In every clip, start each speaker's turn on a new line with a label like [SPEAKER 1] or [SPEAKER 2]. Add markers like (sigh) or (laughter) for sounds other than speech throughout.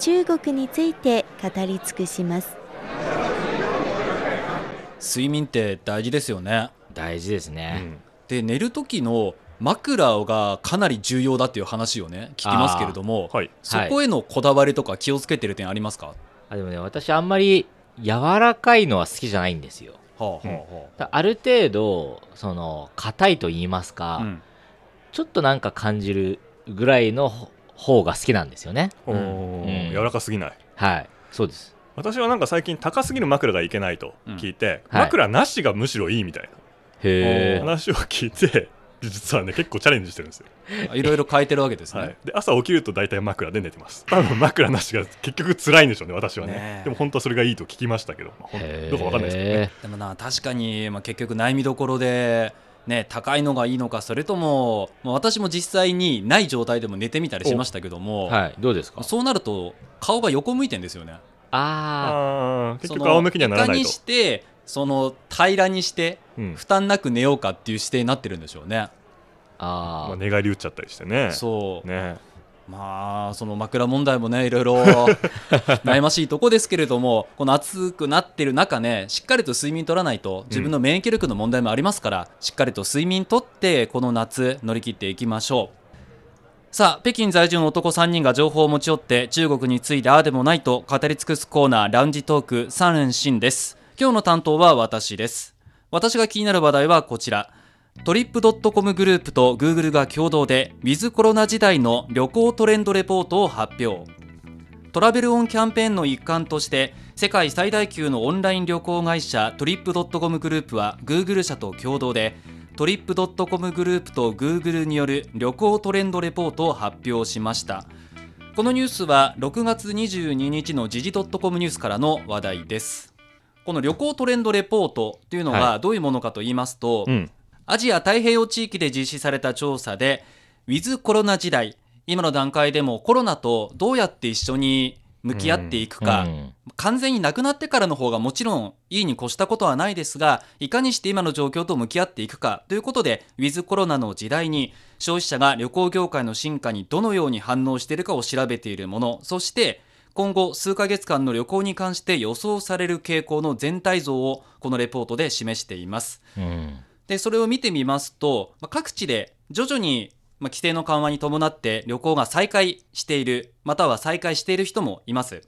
[SPEAKER 1] 中国について語り尽くします。
[SPEAKER 2] 睡眠って大事ですよね
[SPEAKER 3] 大事ですね、
[SPEAKER 2] で寝る時の枕がかなり重要だっていう話をね聞きますけれども、
[SPEAKER 4] はい
[SPEAKER 2] そこへのこだわりとか気をつけてる点ありますか、は
[SPEAKER 3] あでもね私あんまり柔らかいのは好きじゃないんですよ
[SPEAKER 2] あはあは
[SPEAKER 3] だある程度その硬いと言います
[SPEAKER 2] あ
[SPEAKER 3] か、
[SPEAKER 2] うん
[SPEAKER 3] ちょっとなんか感じるぐらいのほ方が好きなんですよね
[SPEAKER 4] おー
[SPEAKER 3] うん
[SPEAKER 4] 柔らかすぎない
[SPEAKER 3] はいそうです
[SPEAKER 4] 私はなんか最近高すぎる枕がいけないと聞いて、
[SPEAKER 3] うんはい
[SPEAKER 4] 枕なしがむしろいいみたいな
[SPEAKER 3] へえ
[SPEAKER 4] 話を聞いて (laughs) 実はね結構チャレンジしてるんですよ、
[SPEAKER 2] あいろいろ変えてるわけですね、
[SPEAKER 4] はい、で朝起きると大体枕で寝てます多分枕なしが結局辛いんでしょうね私はね
[SPEAKER 2] ねえ
[SPEAKER 4] でも本当はそれがいいと聞きましたけど、まあほんどうかわかんないですけどね
[SPEAKER 2] でもな確かに、まあ、結局悩みどころでね高いのがいいのかそれとも、まあ、私も実際にない状態でも寝てみたりしましたけども、
[SPEAKER 3] はいどうですか
[SPEAKER 2] そうなると顔が横向いてんですよね
[SPEAKER 3] あ
[SPEAKER 4] あー結
[SPEAKER 2] そ
[SPEAKER 4] 局
[SPEAKER 2] の
[SPEAKER 4] 仰向けにはなら
[SPEAKER 2] 床
[SPEAKER 4] ない
[SPEAKER 2] に
[SPEAKER 4] と
[SPEAKER 2] してその平らにして
[SPEAKER 4] うん
[SPEAKER 2] 負担なく寝ようかっていう姿勢になってるんでしょうね。
[SPEAKER 3] ーあー、
[SPEAKER 4] まあ、寝返り打っちゃったりしてね
[SPEAKER 2] そう、
[SPEAKER 4] ね
[SPEAKER 2] まあその枕問題もねいろい
[SPEAKER 4] (laughs)
[SPEAKER 2] ろ悩ましいとこですけれどもこの暑くなってる中ねしっかりと睡眠取らないと自分の免疫力の問題もありますから、しっかりと睡眠取ってこの夏乗り切っていきましょう。さあ北京在住の男3人が情報を持ち寄って中国についてああでもないと語り尽くすコーナーラウンジトーク3連新です今日の担当は私です私が気になる話題はこちらトリップドットコムグループと Google が共同でウィズコロナ時代の旅行トレンドレポートを発表トラベルオンキャンペーンの一環として世界最大級のオンライン旅行会社トリップドットコムグループは Google 社と共同でトリップドットコムグループと Google による旅行トレンドレポートを発表しましたこのニュースは6月22日の時事ドットコムニュースからの話題ですこの旅行トレンドレポートというの
[SPEAKER 3] は
[SPEAKER 2] はどういうものかと言いますと、
[SPEAKER 4] うん
[SPEAKER 2] アジア太平洋地域で実施された調査で、ウィズコロナ時代、今の段階でもコロナとどうやって一緒に向き合っていくか、
[SPEAKER 3] うん
[SPEAKER 2] 完全になくなってからの方がもちろんいいに越したことはないですが、いかにして今の状況と向き合っていくかということで、ウィズコロナの時代に消費者が旅行業界の進化にどのように反応しているかを調べているもの、そして今後数ヶ月間の旅行に関して予想される傾向の全体像をこのレポートで示しています。
[SPEAKER 3] うん
[SPEAKER 2] でそれを見てみますと、まあ、各地で徐々に、まあ、規制の緩和に伴って旅行が再開しているまたは再開している人もいます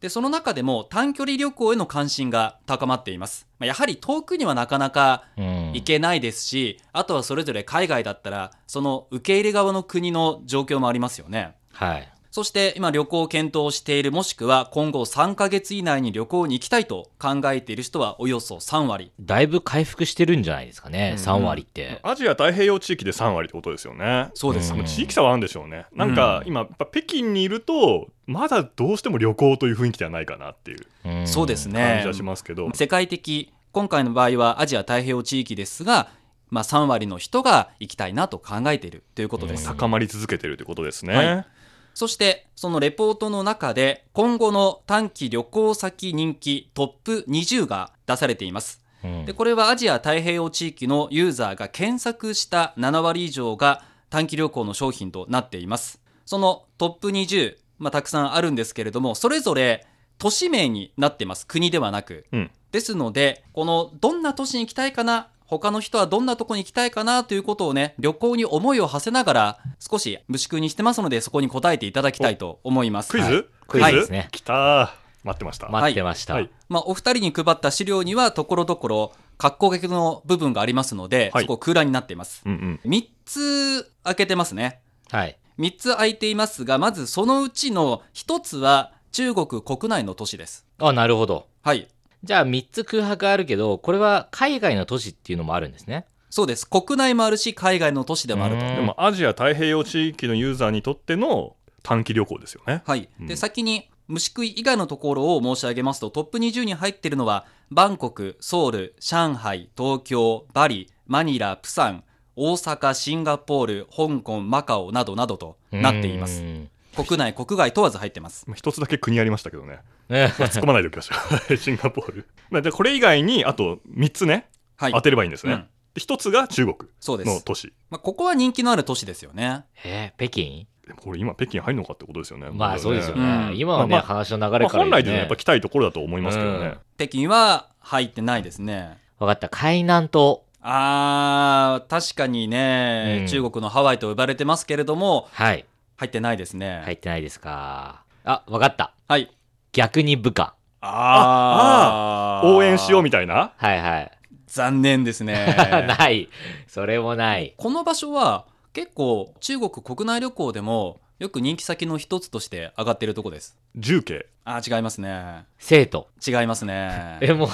[SPEAKER 2] でその中でも短距離旅行への関心が高まっています、まあ、やはり遠くにはなかなか
[SPEAKER 3] うん
[SPEAKER 2] 行けないですし、あとはそれぞれ海外だったらその受け入れ側の国の状況もありますよね
[SPEAKER 3] はい
[SPEAKER 2] そして今旅行を検討しているもしくは今後3ヶ月以内に旅行に行きたいと考えている人はおよそ3割
[SPEAKER 3] だいぶ回復してるんじゃないですかね、
[SPEAKER 4] うん
[SPEAKER 3] 3割って、
[SPEAKER 4] アジア太平洋地域で3割ってことですよね
[SPEAKER 2] そうです
[SPEAKER 4] 多
[SPEAKER 3] うん
[SPEAKER 4] 分地域差はあるんでしょうね、なんか今やっぱ北京にいるとまだどうしても旅行という雰囲気ではないかなっていうん
[SPEAKER 2] そうですね
[SPEAKER 4] 感じはしますけど、
[SPEAKER 2] 世界的今回の場合はアジア太平洋地域ですが、まあ、3割の人が行きたいなと考えているということです、
[SPEAKER 3] うん
[SPEAKER 4] 高まり続けてるということですね、
[SPEAKER 2] はいそしてそのレポートの中で今後の短期旅行先人気トップ20が出されています
[SPEAKER 3] うん
[SPEAKER 2] でこれはアジア太平洋地域のユーザーが検索した7割以上が短期旅行の商品となっていますそのトップ20、まあ、たくさんあるんですけれどもそれぞれ都市名になってます国ではなく、
[SPEAKER 4] うん
[SPEAKER 2] ですのでこのどんな都市に行きたいかな他の人はどんなとこに行きたいかなということをね旅行に思いを馳せながら少し無縮にしてますのでそこに答えていただきたいと思います
[SPEAKER 4] クイズ、
[SPEAKER 2] はい
[SPEAKER 4] クイ
[SPEAKER 3] は
[SPEAKER 4] ズ
[SPEAKER 3] いですね
[SPEAKER 4] 来た待ってました、
[SPEAKER 3] 待ってました、
[SPEAKER 4] はい
[SPEAKER 2] まあ、お二人に配った資料にはところどころ格好書きの部分がありますので、
[SPEAKER 4] はい
[SPEAKER 2] そこ空欄になっています
[SPEAKER 4] うんうん
[SPEAKER 2] 3つ開けてますね
[SPEAKER 3] はい
[SPEAKER 2] 3つ開いていますがまずそのうちの1つは中国国内の都市です
[SPEAKER 3] あなるほど
[SPEAKER 2] はい
[SPEAKER 3] じゃあ3つ空白あるけど、これは海外の都市っていうのもあるんですね。
[SPEAKER 2] そうです国内もあるし海外の都市でもあると
[SPEAKER 3] うん
[SPEAKER 4] でもアジア太平洋地域のユーザーにとっての短期旅行ですよね
[SPEAKER 2] はい、
[SPEAKER 4] うん
[SPEAKER 2] で先に虫食い以外のところを申し上げますとトップ20に入っているのはバンコク、ソウル、上海、東京、バリ、マニラ、プサン、大阪、シンガポール、香港、マカオなどなどとなっています。
[SPEAKER 3] うん
[SPEAKER 2] 国内、国外問わず入ってます。
[SPEAKER 4] まあ一つだけ国ありましたけどね。
[SPEAKER 3] ね
[SPEAKER 4] まあ突っ込まないでおきましょう。 (laughs) シンガポール。まあ、じゃあこれ以外に、あと3つね、
[SPEAKER 2] はい。
[SPEAKER 4] 当てればいいんです
[SPEAKER 2] う
[SPEAKER 4] ね
[SPEAKER 2] ん。
[SPEAKER 4] で一、つが中国
[SPEAKER 2] そうです
[SPEAKER 4] の。都市。
[SPEAKER 2] まあ、ここは人気のある都市ですよね。
[SPEAKER 3] (laughs) えー北京
[SPEAKER 4] でもこれ今、北京入るのかってことですよね。
[SPEAKER 3] まあそうですよ
[SPEAKER 4] ね
[SPEAKER 3] ね。
[SPEAKER 2] うん
[SPEAKER 3] 今はね、
[SPEAKER 4] まあまあ
[SPEAKER 3] 話の流
[SPEAKER 4] ま
[SPEAKER 3] れ
[SPEAKER 4] あ、
[SPEAKER 3] から言うとね、
[SPEAKER 4] 本来でね、やっぱ来たいところだと思いますけどね。
[SPEAKER 2] 北京は入ってないですね。
[SPEAKER 3] 分かった。海南島。
[SPEAKER 2] あー、確かにね、
[SPEAKER 3] うん
[SPEAKER 2] 中国のハワイと呼ばれてますけれども、
[SPEAKER 3] はい。
[SPEAKER 2] 入ってないですね。
[SPEAKER 3] 入ってないですか。あ、分かった。
[SPEAKER 2] はい。
[SPEAKER 3] 逆に部下。
[SPEAKER 4] あ
[SPEAKER 2] あ
[SPEAKER 4] 応援しようみたいな。
[SPEAKER 3] はいはい。
[SPEAKER 2] 残念ですね。
[SPEAKER 3] (laughs) ない。それもない。
[SPEAKER 2] この場所は結構中国国内旅行でもよく人気先の一つとして上がっているとこです。
[SPEAKER 4] 重慶。
[SPEAKER 2] あー、違いますね。
[SPEAKER 3] 生徒。
[SPEAKER 2] 違いますね。
[SPEAKER 3] (laughs) え、もう、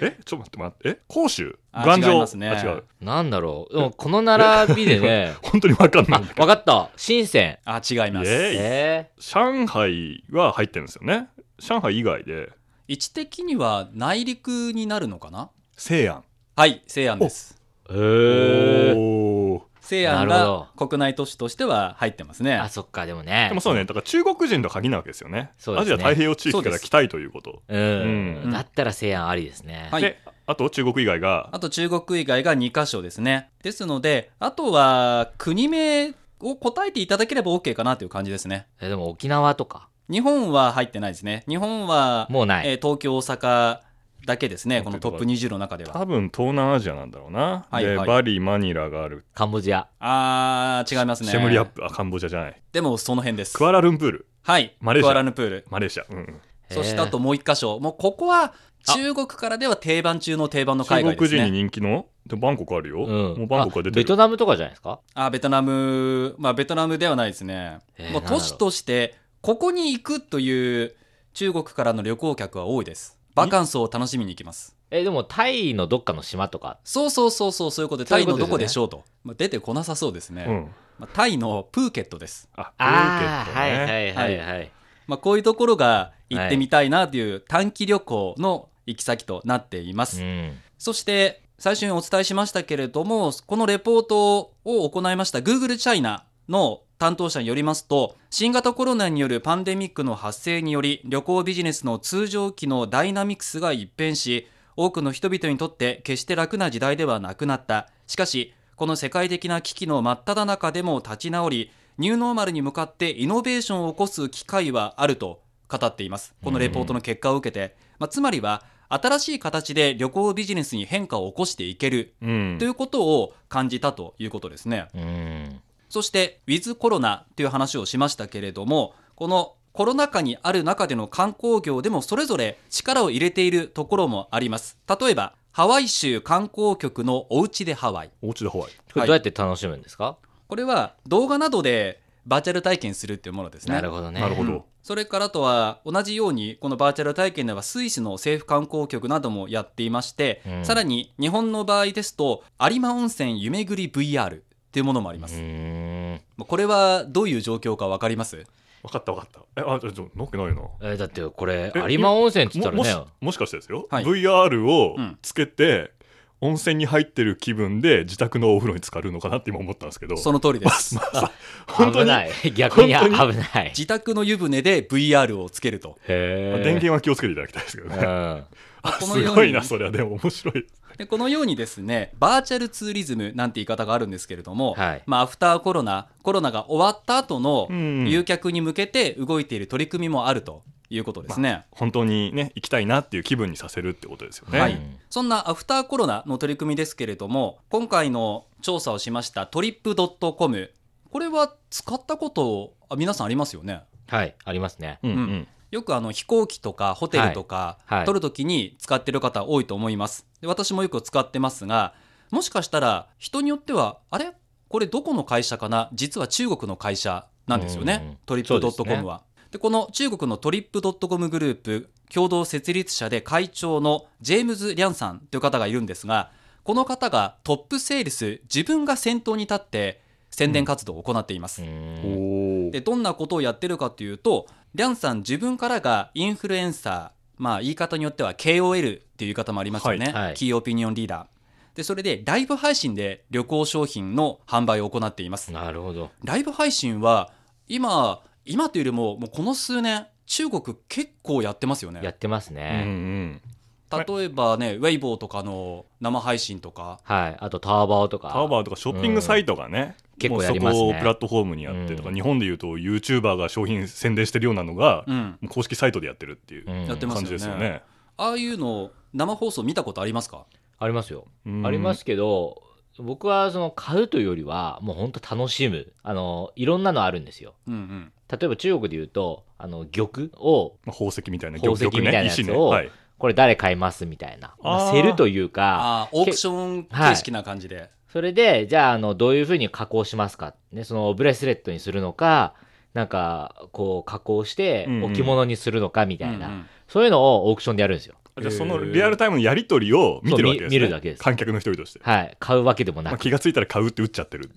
[SPEAKER 4] えちょっと待って待って。え広州
[SPEAKER 2] あ
[SPEAKER 4] 岩上
[SPEAKER 2] 違いますね
[SPEAKER 4] あ違う。。
[SPEAKER 3] なんだろう。でもこの並びでね
[SPEAKER 4] 本当にわかん
[SPEAKER 2] (laughs)
[SPEAKER 4] な
[SPEAKER 3] あ、
[SPEAKER 4] い。
[SPEAKER 3] 分かった。深セ
[SPEAKER 2] あー、違いま
[SPEAKER 4] イエー
[SPEAKER 2] す
[SPEAKER 4] イ。
[SPEAKER 3] え
[SPEAKER 4] 上海は入ってるんですよね。上海以外で、
[SPEAKER 2] 位置的には内陸になるのかな
[SPEAKER 4] 西安。
[SPEAKER 2] はい、西安です。
[SPEAKER 3] ー、えー。
[SPEAKER 4] おー
[SPEAKER 2] 西安
[SPEAKER 3] なるほ
[SPEAKER 2] が国内都市としては入ってますね
[SPEAKER 3] あ、。そっか、でもね。
[SPEAKER 4] でもそうね、だから中国人の鍵なわけですよね。
[SPEAKER 3] そうで
[SPEAKER 4] ア
[SPEAKER 3] す
[SPEAKER 4] ジ
[SPEAKER 3] ね
[SPEAKER 4] ア太平洋地域から来たいということ。
[SPEAKER 3] う
[SPEAKER 4] うん
[SPEAKER 3] ん。だったら西安ありですね。
[SPEAKER 2] はい
[SPEAKER 4] で、あと中国以外が、
[SPEAKER 2] あと中国以外が2箇所ですね。ですので、あとは国名を答えていただければ OK かなという感じですね。
[SPEAKER 3] えでも沖縄とか。
[SPEAKER 2] 日本は入ってないですね。日本は、
[SPEAKER 3] もうない。
[SPEAKER 2] えー東京、大阪だけですね。このトップ
[SPEAKER 4] 本
[SPEAKER 2] 20の中では。
[SPEAKER 4] 多分東南アジアなんだろうな。
[SPEAKER 2] はい
[SPEAKER 4] で、
[SPEAKER 2] はい
[SPEAKER 4] バリ、マニラがある。
[SPEAKER 3] カンボジア。
[SPEAKER 2] あー、違いますね。
[SPEAKER 4] シェムリアップ、あ、カンボジアじゃない。
[SPEAKER 2] でもその辺です。
[SPEAKER 4] クアラルンプール、
[SPEAKER 2] はい。
[SPEAKER 4] マレーシ
[SPEAKER 2] ク
[SPEAKER 4] ア
[SPEAKER 2] アラルンプール。
[SPEAKER 4] マレーシア。うんうん
[SPEAKER 2] そしてあと
[SPEAKER 3] えー
[SPEAKER 2] もう1箇所。もうここは中国からでは定番中の定番の海外
[SPEAKER 4] 中
[SPEAKER 2] で
[SPEAKER 4] 国
[SPEAKER 2] す
[SPEAKER 4] 人に
[SPEAKER 2] ね。
[SPEAKER 4] 人気のでバンコクあるよ。
[SPEAKER 3] うん。
[SPEAKER 4] もうバンコク
[SPEAKER 3] あ
[SPEAKER 4] が出て
[SPEAKER 3] ベ
[SPEAKER 4] る
[SPEAKER 3] ト。ナムとかじゃないですか
[SPEAKER 2] あー、ベトナム、まあベトナムではないですね。
[SPEAKER 3] えー
[SPEAKER 2] もう都市としてここに行くという中国からの旅行客は多いですバカンスを楽しみに行きます
[SPEAKER 3] え、でもタイのどっかの島とか。
[SPEAKER 2] そうそうそうそうそういうことで
[SPEAKER 3] そう
[SPEAKER 2] タ
[SPEAKER 3] いう
[SPEAKER 2] イの
[SPEAKER 3] ことです
[SPEAKER 2] ど
[SPEAKER 3] ね
[SPEAKER 2] こでしょうとまあ出てこなさそうですね、
[SPEAKER 4] うん。
[SPEAKER 2] まあ、タイのプーケットです、
[SPEAKER 4] あ、
[SPEAKER 3] あ
[SPEAKER 4] プ
[SPEAKER 3] あ、
[SPEAKER 4] ーケット
[SPEAKER 3] は
[SPEAKER 4] ね
[SPEAKER 3] いはいはいはい。
[SPEAKER 2] まあ、こういうところが行ってみたいなという短期旅行の行き先となっています、
[SPEAKER 3] うん。
[SPEAKER 2] そして最初にお伝えしましたけれどもこのレポートを行いました Google チャイナの担当者によりますと新型コロナによるパンデミックの発生により旅行ビジネスの通常期のダイナミクスが一変し多くの人々にとって決して楽な時代ではなくなったしかしこの世界的な危機の真っ只中でも立ち直りニューノーマルに向かってイノベーションを起こす機会はあると語っていますこのレポートの結果を受けて、まあ、つまりは新しい形で旅行ビジネスに変化を起こしていける
[SPEAKER 4] うん
[SPEAKER 2] ということを感じたということですね。
[SPEAKER 3] うん。
[SPEAKER 2] そして、ウィズコロナという話をしましたけれども、このコロナ禍にある中での観光業でもそれぞれ力を入れているところもあります。例えば、ハワイ州観光局のおうちでハワイ。
[SPEAKER 4] お家でハワイ。
[SPEAKER 3] これどうやって楽しむんですか、
[SPEAKER 2] これは動画などでバーチャル体験するっていうものですね。
[SPEAKER 3] なるほどね。
[SPEAKER 4] なるほど
[SPEAKER 2] うんそれからあとは同じようにこのバーチャル体験ではスイスの政府観光局などもやっていまして、
[SPEAKER 3] うん
[SPEAKER 2] さらに日本の場合ですと有馬温泉夢ぐり VR っていうものもあります、
[SPEAKER 3] うーん
[SPEAKER 2] まあこれはどういう状況か分かります
[SPEAKER 4] わかったわかった。え、あ、ちょ、ちょ、なくないな。
[SPEAKER 3] えーだってこれ
[SPEAKER 4] え
[SPEAKER 3] 有馬温泉って言
[SPEAKER 4] も
[SPEAKER 3] った
[SPEAKER 4] もし
[SPEAKER 3] らね
[SPEAKER 4] もしかしてですよ、
[SPEAKER 2] はい
[SPEAKER 4] VR を
[SPEAKER 2] うん
[SPEAKER 4] つけて、温泉に入ってる気分で自宅のお風呂に浸かるのかなって今思ったんですけど
[SPEAKER 2] その通りです
[SPEAKER 4] (laughs) 本当
[SPEAKER 3] 危
[SPEAKER 4] に
[SPEAKER 3] ない逆に危
[SPEAKER 4] 本
[SPEAKER 3] ない
[SPEAKER 2] 自宅の湯船で VR をつけると
[SPEAKER 3] へ
[SPEAKER 4] まあ
[SPEAKER 3] ー
[SPEAKER 4] 電源は気をつけていただきたいですけど (laughs) ね、
[SPEAKER 3] うん
[SPEAKER 4] あ
[SPEAKER 2] この
[SPEAKER 4] す
[SPEAKER 2] ように
[SPEAKER 4] ごいなそれはでも面白い
[SPEAKER 2] でこのようにですねバーチャルツーリズムなんて言い方があるんですけれども、
[SPEAKER 3] はい
[SPEAKER 2] まあ、アフターコロナコロナが終わった後の
[SPEAKER 4] うん
[SPEAKER 2] 誘客に向けて動いている取り組みもあるということですね、
[SPEAKER 4] 本当にね行きたいなっていう気分にさせるってことですよね、
[SPEAKER 2] は
[SPEAKER 3] う
[SPEAKER 2] い
[SPEAKER 3] ん、
[SPEAKER 2] そんなアフターコロナの取り組みですけれども今回の調査をしましたトリップドットコムこれは使ったことあ皆さんありますよね
[SPEAKER 3] はいありますね
[SPEAKER 4] うんうん
[SPEAKER 2] うんよくあの飛行機とかホテルとか、
[SPEAKER 3] はいはい
[SPEAKER 2] 取るときに使ってる方多いと思いますで私もよく使ってますがもしかしたら人によってはあれこれどこの会社かな実は中国の会社なんですよね、
[SPEAKER 3] うんうん
[SPEAKER 2] トリップドットコムは。でこの中国のトリップドットコムグループ共同設立者で会長のジェームズ・リャンさんという方がいるんですがこの方がトップセールス自分が先頭に立って宣伝活動を行っています。
[SPEAKER 3] うん
[SPEAKER 4] おー
[SPEAKER 2] でどんなことをやってるかというとリャンさん自分からがインフルエンサー、まあ、言い方によっては KOL っていう言い方もありますよね、
[SPEAKER 3] はいはい
[SPEAKER 2] キーオピニオンリーダーでそれでライブ配信で旅行商品の販売を行っています
[SPEAKER 3] なるほど。
[SPEAKER 2] ライブ配信は今今というよりももうこの数年中国結構やってますよね
[SPEAKER 3] やってます
[SPEAKER 4] うんう
[SPEAKER 3] ね。
[SPEAKER 4] ん
[SPEAKER 2] 例えばねウェイボーとかの生配信とか
[SPEAKER 3] はい。あと、タワバオとか。
[SPEAKER 4] タワバーとかショッピングサイトがね、
[SPEAKER 3] 結構
[SPEAKER 4] もう
[SPEAKER 3] やりますね
[SPEAKER 4] そこをプラットフォームにやってとか、
[SPEAKER 3] うん
[SPEAKER 4] 日本でいうと YouTuber が商品宣伝してるようなのが、
[SPEAKER 2] うん
[SPEAKER 4] もう公式サイトでやってるっていう
[SPEAKER 3] うん
[SPEAKER 2] やってます
[SPEAKER 4] 感
[SPEAKER 2] よ
[SPEAKER 4] じ
[SPEAKER 2] ね
[SPEAKER 4] ですよね。
[SPEAKER 2] ああいうの生放送見たことありますか
[SPEAKER 3] ありますよ。
[SPEAKER 4] うん
[SPEAKER 3] ありますけど、僕はその買うというよりは、もう本当楽しむ。あの、いろんなのあるんですよ。
[SPEAKER 2] うんうん
[SPEAKER 3] 例えば中国で言うと、あの、玉を、
[SPEAKER 4] まあ宝石みたいな
[SPEAKER 3] 宝石
[SPEAKER 4] 玉
[SPEAKER 3] みたいなやつを
[SPEAKER 4] はい、
[SPEAKER 3] これ誰買いますみたいな。まあ
[SPEAKER 4] あ
[SPEAKER 3] セ
[SPEAKER 4] ー
[SPEAKER 3] ルというか、
[SPEAKER 2] ああオークション形式な感じで、
[SPEAKER 3] それで、じゃあ、あの、どういうふうに加工しますか。ね、その、ブレスレットにするのか、なんか、こう、加工して
[SPEAKER 4] うん、うん
[SPEAKER 3] 置物にするのか、みたいな、
[SPEAKER 2] うんうん
[SPEAKER 3] そういうのをオークションでやるんですよ。
[SPEAKER 4] じゃあそのリアルタイムのやり取りを見てるわけで
[SPEAKER 3] そう見
[SPEAKER 4] す、ね、
[SPEAKER 3] 見るだけです
[SPEAKER 4] 観客の一人として、
[SPEAKER 3] はい。買うわけでもな
[SPEAKER 4] まあ、
[SPEAKER 3] く。
[SPEAKER 4] 気がついたら買うって打っち
[SPEAKER 3] (laughs)
[SPEAKER 4] ゃってる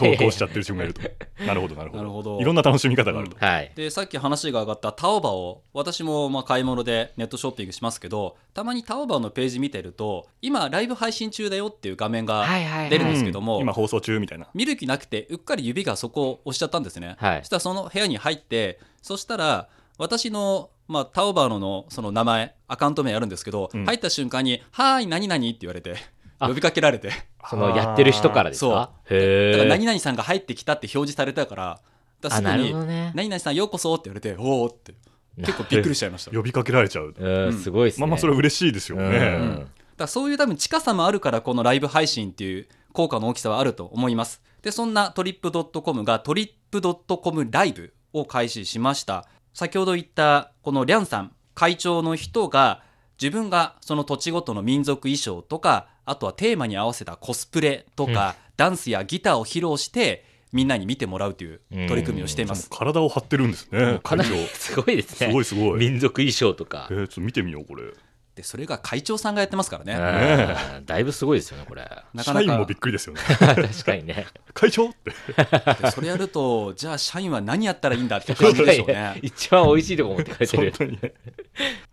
[SPEAKER 4] 投稿しちゃってる自分がいるとなるほどなるほ
[SPEAKER 2] な
[SPEAKER 4] ど
[SPEAKER 2] るほど
[SPEAKER 4] いろんな楽しみ方があると、
[SPEAKER 3] はい。
[SPEAKER 2] でさっき話が上がったタオバオ私もまあ買い物でネットショッピングしますけどたまにタオバオのページ見てると今ライブ配信中だよっていう画面が
[SPEAKER 3] はいはいはい
[SPEAKER 2] 出るんですけども、
[SPEAKER 4] うん今放送中みたいな
[SPEAKER 2] 見る気なくてうっかり指がそこを押しちゃったんですね、
[SPEAKER 3] はい
[SPEAKER 2] そしたらその部屋に入ってそしたら私の、まあ、タオバオのその名前アカウント名あるんですけど、
[SPEAKER 4] うん
[SPEAKER 2] 入った瞬間に「はーい何々」って言われて
[SPEAKER 3] あ
[SPEAKER 2] 呼びかけられて
[SPEAKER 3] その、やってる人からですかへ
[SPEAKER 2] だから
[SPEAKER 3] え。
[SPEAKER 2] 何々さんが入ってきたって表示されたからだか
[SPEAKER 3] あ、
[SPEAKER 2] ら
[SPEAKER 3] な
[SPEAKER 2] すぐ
[SPEAKER 3] る
[SPEAKER 2] に
[SPEAKER 3] ほどね。
[SPEAKER 2] 何々さんようこそって言われておおって結構びっくりしちゃいましただか
[SPEAKER 4] 呼びかけられちゃう
[SPEAKER 3] うん、すごいですね。
[SPEAKER 4] まあまあそれは嬉しいですよね、
[SPEAKER 3] うん
[SPEAKER 2] らそういう多分近さもあるからこのライブ配信っていう効果の大きさはあると思いますでそんなトリップドットコムがトリップドットコムライブを開始しました先ほど言ったこのリャンさん会長の人が自分がその土地ごとの民族衣装とかあとはテーマに合わせたコスプレとか、ダンスやギターを披露してみんなに見てもらうという取り組みをしています、
[SPEAKER 4] 体を張ってるんですね
[SPEAKER 3] かなり
[SPEAKER 4] 会長
[SPEAKER 3] すごいです
[SPEAKER 4] す
[SPEAKER 3] ね。
[SPEAKER 4] ごいすごい、
[SPEAKER 3] 民族衣装とか
[SPEAKER 4] え。ー、ちょっと見てみようこれ
[SPEAKER 2] でそれが会長さんがやってますからね、
[SPEAKER 3] うんだいぶすごいですよね、
[SPEAKER 4] (laughs)
[SPEAKER 3] これ。
[SPEAKER 2] なか
[SPEAKER 4] 社
[SPEAKER 2] な
[SPEAKER 4] 員も
[SPEAKER 2] か
[SPEAKER 4] びっくりですよね (laughs)
[SPEAKER 3] 確かにね。
[SPEAKER 4] 会長って
[SPEAKER 2] でそれやるとじゃあ社員は何やったらいいんだって感じでしょう
[SPEAKER 3] いやいや
[SPEAKER 2] ね
[SPEAKER 3] 一番美味しいとこ持ってかれて
[SPEAKER 4] 本
[SPEAKER 3] る。
[SPEAKER 4] 当にね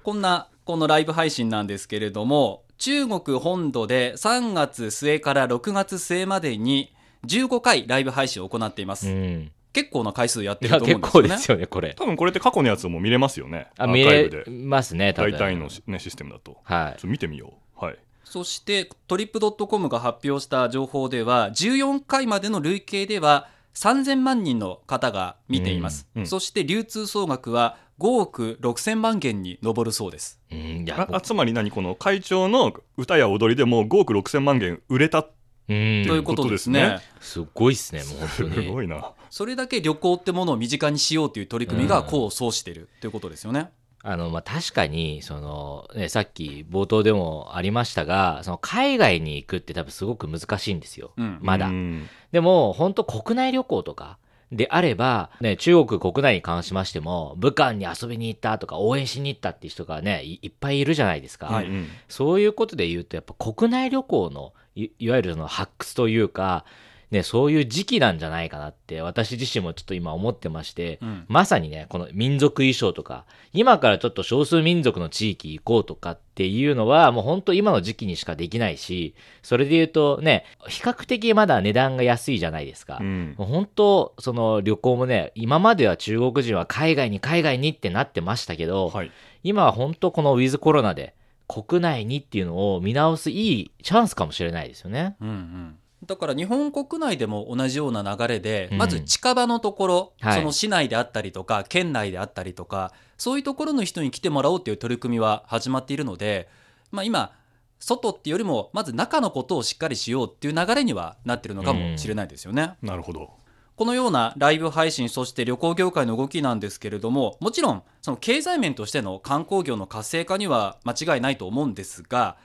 [SPEAKER 2] こんなこのライブ配信なんですけれども中国本土で3月末から6月末までに15回ライブ配信を行っています、
[SPEAKER 3] うん。
[SPEAKER 2] 結構な回数やっ
[SPEAKER 3] い
[SPEAKER 2] て
[SPEAKER 3] や、
[SPEAKER 2] ると思う
[SPEAKER 3] 結
[SPEAKER 2] んですよ
[SPEAKER 3] 構
[SPEAKER 2] ね
[SPEAKER 3] ですよね、これ。
[SPEAKER 4] (laughs) 多分これって過去のやつも見れますよね
[SPEAKER 3] あ、
[SPEAKER 4] アーカ
[SPEAKER 3] 見
[SPEAKER 4] イブ
[SPEAKER 3] れ
[SPEAKER 4] で
[SPEAKER 3] ますね、多分
[SPEAKER 4] 大体のし、ね、システムだとちょ
[SPEAKER 3] は
[SPEAKER 4] っと見てみようはい
[SPEAKER 2] そしてトリップドットコムが発表した情報では14回までの累計では3000万人の方が見ています、
[SPEAKER 4] うんうん
[SPEAKER 2] そして流通総額は5億6000万元に上るそうです
[SPEAKER 3] い。うん、いや、
[SPEAKER 4] あ
[SPEAKER 3] もう
[SPEAKER 4] あつまり何この会長の歌や踊りでもう5億6千万元売れたっ
[SPEAKER 3] うん
[SPEAKER 2] ということですね。
[SPEAKER 4] ということです
[SPEAKER 3] ごいっすね、もう
[SPEAKER 4] て
[SPEAKER 3] 本当
[SPEAKER 4] す
[SPEAKER 3] に。
[SPEAKER 4] ごいな
[SPEAKER 2] それだけ旅行ってものを身近にしようという取り組みが功を奏しているということですよね。
[SPEAKER 3] あの、まあ、確かに、その、ね、さっき冒頭でもありましたが、その、海外に行くって多分すごく難しいんですよ。
[SPEAKER 2] うん
[SPEAKER 3] まだ
[SPEAKER 4] う。ん
[SPEAKER 3] でも、本当国内旅行とか、であれば、ね、中国国内に関しましても、武漢に遊びに行ったとか、応援しに行ったっていう人がね、いいっぱいいるじゃないですか。
[SPEAKER 2] はい
[SPEAKER 4] うん
[SPEAKER 3] そういうことで言うと、やっぱ国内旅行のい、いわゆるその発掘というか、ね、そういう時期なんじゃないかなって、私自身もちょっと今思ってまして、
[SPEAKER 2] うん
[SPEAKER 3] まさにね、この民族衣装とか、今からちょっと少数民族の地域行こうとかっていうのは、もう本当今の時期にしかできないし、それで言うとね、比較的まだ値段が安いじゃないですか。
[SPEAKER 4] うん
[SPEAKER 3] もう本当、その旅行もね、今までは中国人は海外に海外にってなってましたけど、
[SPEAKER 4] はい
[SPEAKER 3] 今は本当このウィズコロナで国内にっていうのを見直すいいチャンスかもしれないですよね。
[SPEAKER 2] うんうんだから日本国内でも同じような流れで、
[SPEAKER 3] うん
[SPEAKER 2] まず近場のところ、
[SPEAKER 3] はい
[SPEAKER 2] その市内であったりとか県内であったりとかそういうところの人に来てもらおうという取り組みは始まっているので、まあ、今外っていうよりもまず中のことをしっかりしようっていう流れにはなってるのかもしれないですよね。
[SPEAKER 4] なるほど
[SPEAKER 2] このようなライブ配信そして旅行業界の動きなんですけれどももちろんその経済面としての観光業の活性化には間違いないと思うんですが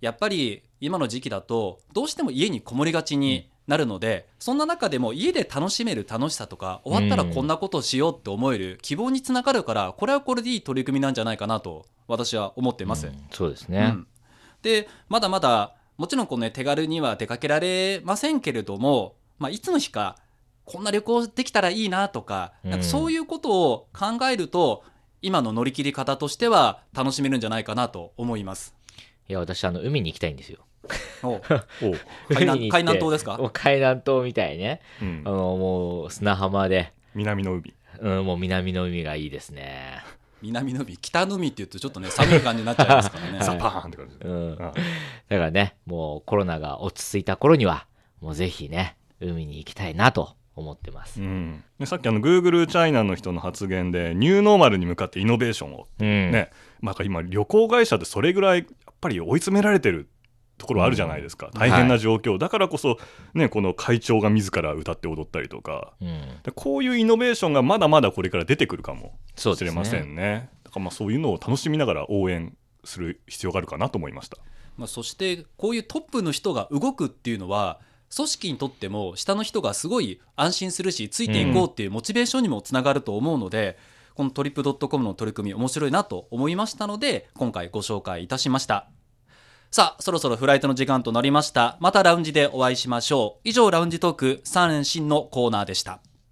[SPEAKER 2] やっぱり今の時期だとどうしても家にこもりがちになるので、そんな中でも家で楽しめる楽しさとか終わったらこんなことをしようって思える希望につながるからこれはこれでいい取り組みなんじゃないかなと私は思っています。
[SPEAKER 3] うんそうです
[SPEAKER 2] う
[SPEAKER 3] ね。
[SPEAKER 2] ん、でまだまだもちろんこの、ね、手軽には出かけられませんけれども、まあ、いつの日かこんな旅行できたらいいなとか
[SPEAKER 3] うん
[SPEAKER 2] なんかそういうことを考えると今の乗り切り方としては楽しめるんじゃないかなと思います。
[SPEAKER 3] いや、私、あの、海に行きたいんですよ。 (laughs)
[SPEAKER 2] お
[SPEAKER 4] おう
[SPEAKER 2] 海
[SPEAKER 3] 海
[SPEAKER 2] 南
[SPEAKER 3] に行って
[SPEAKER 2] 海南島ですか
[SPEAKER 3] もう海南島みたいね。
[SPEAKER 4] うん
[SPEAKER 3] あの、もう砂浜で、
[SPEAKER 4] 南の海。
[SPEAKER 3] うん、もう南の海がいいですね。
[SPEAKER 2] 南の海北の海って言うとちょっとね寒い感じになっちゃいますからね。
[SPEAKER 4] ザパーンって感じで。
[SPEAKER 3] うん。だ
[SPEAKER 4] あ
[SPEAKER 3] からね、もうコロナが落ち着いた頃には、もうぜひね、海に行きたいなと思ってます
[SPEAKER 4] う。ん、でさっきあの Google チャイナの人の発言でニューノーマルに向かってイノベーションを、
[SPEAKER 3] うん。
[SPEAKER 4] ねまあ、今旅行会社ってそれぐらいやっぱり追い詰められてるところあるじゃないですか、大変な状況、だからこそ、ね、この会長が自ら歌って踊ったりとか
[SPEAKER 3] うん。
[SPEAKER 4] でこういうイノベーションがまだまだこれから出てくるかも
[SPEAKER 3] そう
[SPEAKER 4] し
[SPEAKER 3] で
[SPEAKER 4] れ
[SPEAKER 3] す
[SPEAKER 4] ませ
[SPEAKER 3] ね。
[SPEAKER 4] んねだからまあそういうのを楽しみながら応援する必要があるかなと思いました。
[SPEAKER 2] まあ、そしてこういうトップの人が動くっていうのは組織にとっても下の人がすごい安心するしついていこうっていうモチベーションにもつながると思うので、このトリップドットコムの取り組み面白いなと思いましたので今回ご紹介いたしましたさあそろそろフライトの時間となりましたまたラウンジでお会いしましょう以上ラウンジトーク3連新のコーナーでした